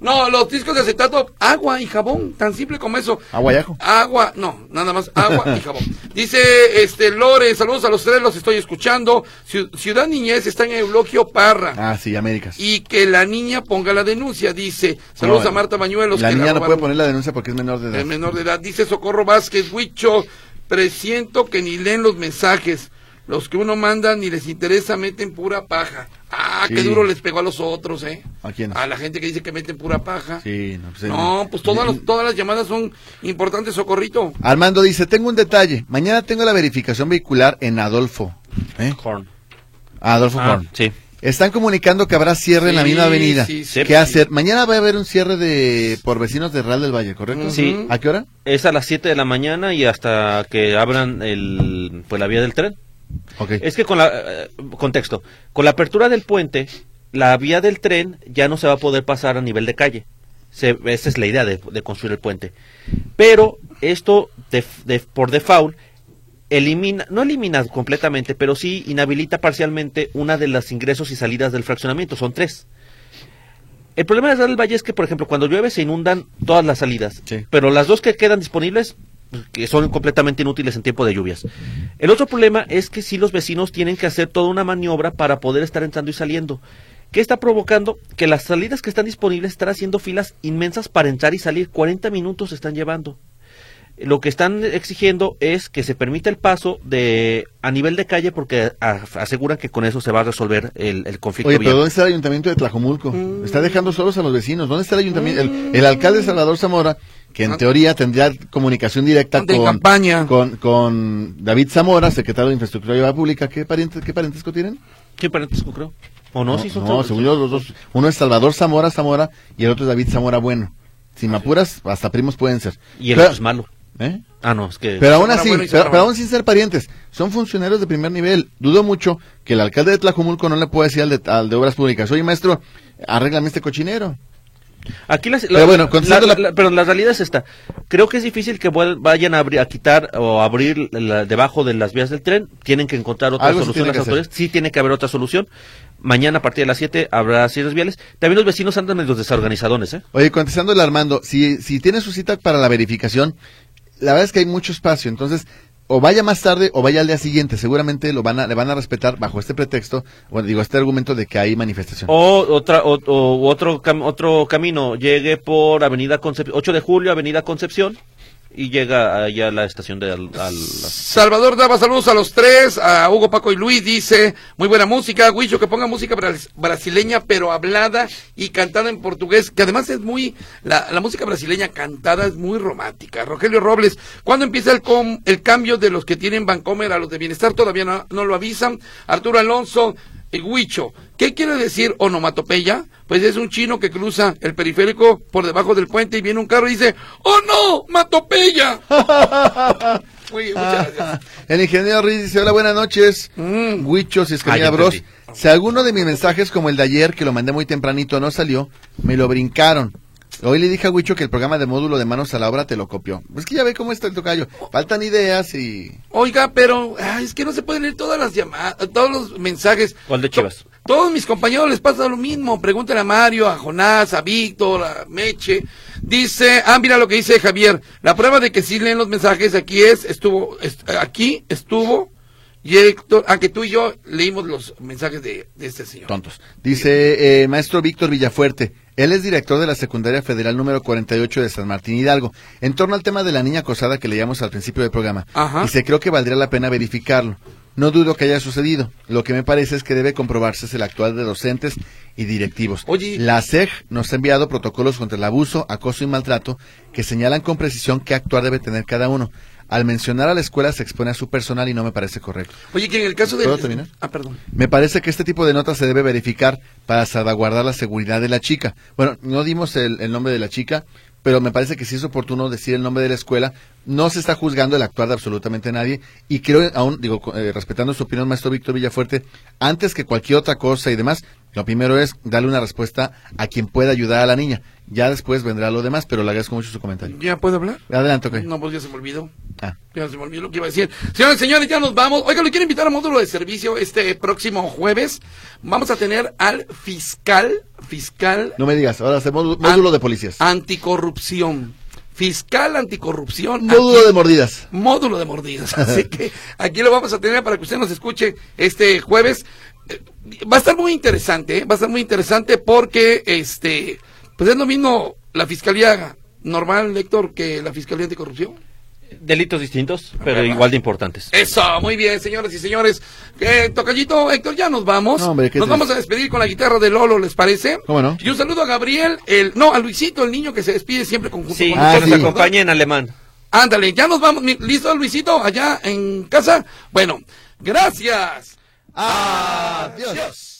No, los discos de acetato, agua y jabón. Tan simple como eso.
Agua y ajo.
Agua, no, nada más agua y jabón. Dice este Lore, saludos a los tres, los estoy escuchando. Ciu- Ciudad Niñez está en Euloquio Parra.
Ah, sí, Américas.
y que la niña ponga la denuncia, dice. Saludos
No,
a Marta Bañuelos.
La
que
niña no
robaron
puede poner la denuncia porque es menor de edad.
El menor de edad. Dice Socorro Vázquez, Huicho, presiento que ni leen los mensajes. los que uno manda ni les interesa, meten pura paja. Ah,
Sí.
qué duro les pegó a los otros, ¿eh?
¿A quiénes?
A la gente que dice que meten pura paja.
Sí, no, pues,
No,
eh,
pues todas, las- todas las llamadas son importantes, socorrito.
Armando dice, tengo un detalle. Mañana tengo la verificación vehicular en Adolfo. ¿Eh?
Horn.
Adolfo
Ah,
Horn.
sí.
Están comunicando que habrá cierre en la
Sí,
misma avenida.
sí,
sí.
¿Qué hacer? Mañana va a haber un cierre de por vecinos de Real del Valle, ¿correcto?
Sí.
¿A qué hora?
Es a las 7 de la mañana y hasta que abran el, pues, la vía del tren.
Ok.
Es que con la eh, contexto, con la apertura del puente, la vía del tren ya no se va a poder pasar a nivel de calle. Se- esa es la idea de, de construir el puente. Pero esto de- de- por default elimina, no elimina completamente, pero sí inhabilita parcialmente una de las ingresos y salidas del fraccionamiento. Son tres. El problema de Real del Valle es que, por ejemplo, cuando llueve se inundan todas las salidas,
Sí.
pero las dos que quedan disponibles pues, que son completamente inútiles en tiempo de lluvias. El otro problema es que si los vecinos tienen que hacer toda una maniobra para poder estar entrando y saliendo. ¿Qué está provocando? Que las salidas que están disponibles están haciendo filas inmensas para entrar y salir. 40 minutos están llevando lo que están exigiendo es que se permita el paso de a nivel de calle porque a- aseguran que con eso se va a resolver el, el conflicto.
Oye,
vial.
pero ¿dónde está el ayuntamiento de Tlajomulco?
Mm.
Está dejando solos a los vecinos. ¿Dónde está el ayuntamiento? El, el alcalde Salvador Zamora, que en
Ah.
teoría tendría comunicación directa
De
con,
campaña.
con con David Zamora, secretario de Infraestructura y Obra Pública. ¿Qué, pariente- ¿Qué parentesco tienen?
Sí, parentesco, creo. ¿O no? sí, son
no, según yo, los dos. Uno es Salvador Zamora Zamora y el otro es David Zamora Bueno. Si me apuras, hasta primos pueden ser.
Y el
Pero-
otro es malo.
¿Eh?
Ah, no, es que...
Pero aún
Zamora
así,
bueno y
pero,
Zamora
pero
malo.
aún sin ser parientes, son funcionarios de primer nivel. Dudo mucho que el alcalde de Tlajomulco no le pueda decir al de, al de Obras Públicas, oye maestro, arréglame este cochinero.
Aquí las-
Pero
la-
bueno,
la-
contestando
la-
la-
la- pero la realidad es esta. Creo que es difícil que vuel- vayan a, abrir- a quitar o abrir la- debajo de las vías del tren. Tienen que encontrar otra
Algo se
solución
tiene
las
que hacer.
autoridades. Sí tiene que haber otra solución. Mañana a partir de las 7 habrá cierres viales. También los vecinos andan medio desorganizadones, ¿eh?
Oye, contestando el Armando, si, si tiene su cita para la verificación, la verdad es que hay mucho espacio, entonces o vaya más tarde o vaya al día siguiente, seguramente lo van a, le van a respetar bajo este pretexto, bueno, digo, este argumento de que hay manifestación.
O otra o, o otro cam- otro camino llegue por Avenida Concepción, 8 de Julio, Avenida Concepción y llega allá a la estación de al, al-
Salvador daba saludos a los tres, a Hugo, Paco y Luis, dice, muy buena música, Huicho, que ponga música bras- brasileña, pero hablada y cantada en portugués, que además es muy, la, la música brasileña cantada es muy romántica. Rogelio Robles, ¿cuándo empieza el, com- el cambio de los que tienen Bancomer a los de Bienestar? Todavía no, no lo avisan. Arturo Alonso, el Huicho, ¿qué quiere decir onomatopeya? Pues es un chino que cruza el periférico por debajo del puente y viene un carro y dice, ¡Oh no, matopeya! Muy- muchas gracias.
El ingeniero Riz dice, hola, buenas noches.
Ah. Mm.
Huichos y
Ah,
Escamilla
ya
Bros.
entendí.
Si alguno de mis mensajes, como el de ayer, que lo mandé muy tempranito, no salió, me lo brincaron. Hoy le dije a Huicho que el programa de módulo de manos a la obra te lo copió. Es que ya ve cómo está el tocayo. Faltan ideas y...
Oiga, pero ay, es que no se pueden leer todas las llamadas, todos los mensajes.
¿Cuál de Chivas?
To- Todos mis compañeros les pasa lo mismo. Pregúntale a Mario, a Jonás, a Víctor, a Meche. Dice, ah, mira lo que dice Javier. La prueba de que sí leen los mensajes aquí es, estuvo, est- aquí estuvo, y Héctor, aunque tú y yo leímos los mensajes de, de este señor.
Tontos. Dice eh, maestro Víctor Villafuerte. Él es director de la secundaria federal número 48 de San Martín Hidalgo. En torno al tema de la niña acosada que leíamos al principio del programa.
Ajá.
Y se creo que valdría la pena verificarlo. No dudo que haya sucedido. Lo que me parece es que debe comprobarse es el actual de docentes y directivos.
Oye.
La SEG nos ha enviado protocolos contra el abuso, acoso y maltrato que señalan con precisión qué actuar debe tener cada uno. Al mencionar a la escuela se expone a su personal y no me parece correcto.
Oye, que en el caso de...
¿Puedo terminar?
Ah, perdón.
Me parece que este tipo de notas se debe verificar para salvaguardar la seguridad de la chica. Bueno, no dimos el, el nombre de la chica, pero me parece que sí es oportuno decir el nombre de la escuela. No se está juzgando el actuar de absolutamente nadie y creo, aún digo, co- eh, respetando su opinión, maestro Víctor Villafuerte, antes que cualquier otra cosa y demás, lo primero es darle una respuesta a quien pueda ayudar a la niña. Ya después vendrá lo demás, pero le agradezco mucho su comentario.
¿Ya puedo hablar?
Adelante, ok.
No, pues ya se me olvidó.
Ah.
Ya se me olvidó lo que iba a decir. Señores, señores, ya nos vamos. Oiga, lo quiero invitar a módulo de servicio este próximo jueves. Vamos a tener al fiscal, fiscal
No me digas, ahora hacemos
Ah,
módulo de policías.
anticorrupción. Fiscal anticorrupción.
Módulo
aquí-
de mordidas.
módulo de mordidas. Así que aquí lo vamos a tener para que usted nos escuche este jueves. Eh, Va a estar muy interesante, ¿eh? va a estar muy interesante porque este, pues es lo mismo la fiscalía normal, Héctor, que la fiscalía anticorrupción.
Delitos distintos, pero igual de importantes.
Eso, muy bien, señoras y señores. Eh, tocallito, Héctor, ya nos vamos.
No, hombre, qué
nos
triste.
vamos a despedir con la guitarra de Lolo, ¿les parece?
¿Cómo no?
Y un saludo a Gabriel, el, no, a Luisito, el niño que se despide siempre con junto
Sí,
con
Ah,
que
nosotros,
nos
sí.
¿verdad?
acompañe en alemán.
Ándale, ya nos vamos. Mi- ¿Listo, Luisito? Allá en casa. Bueno, gracias.
Adiós.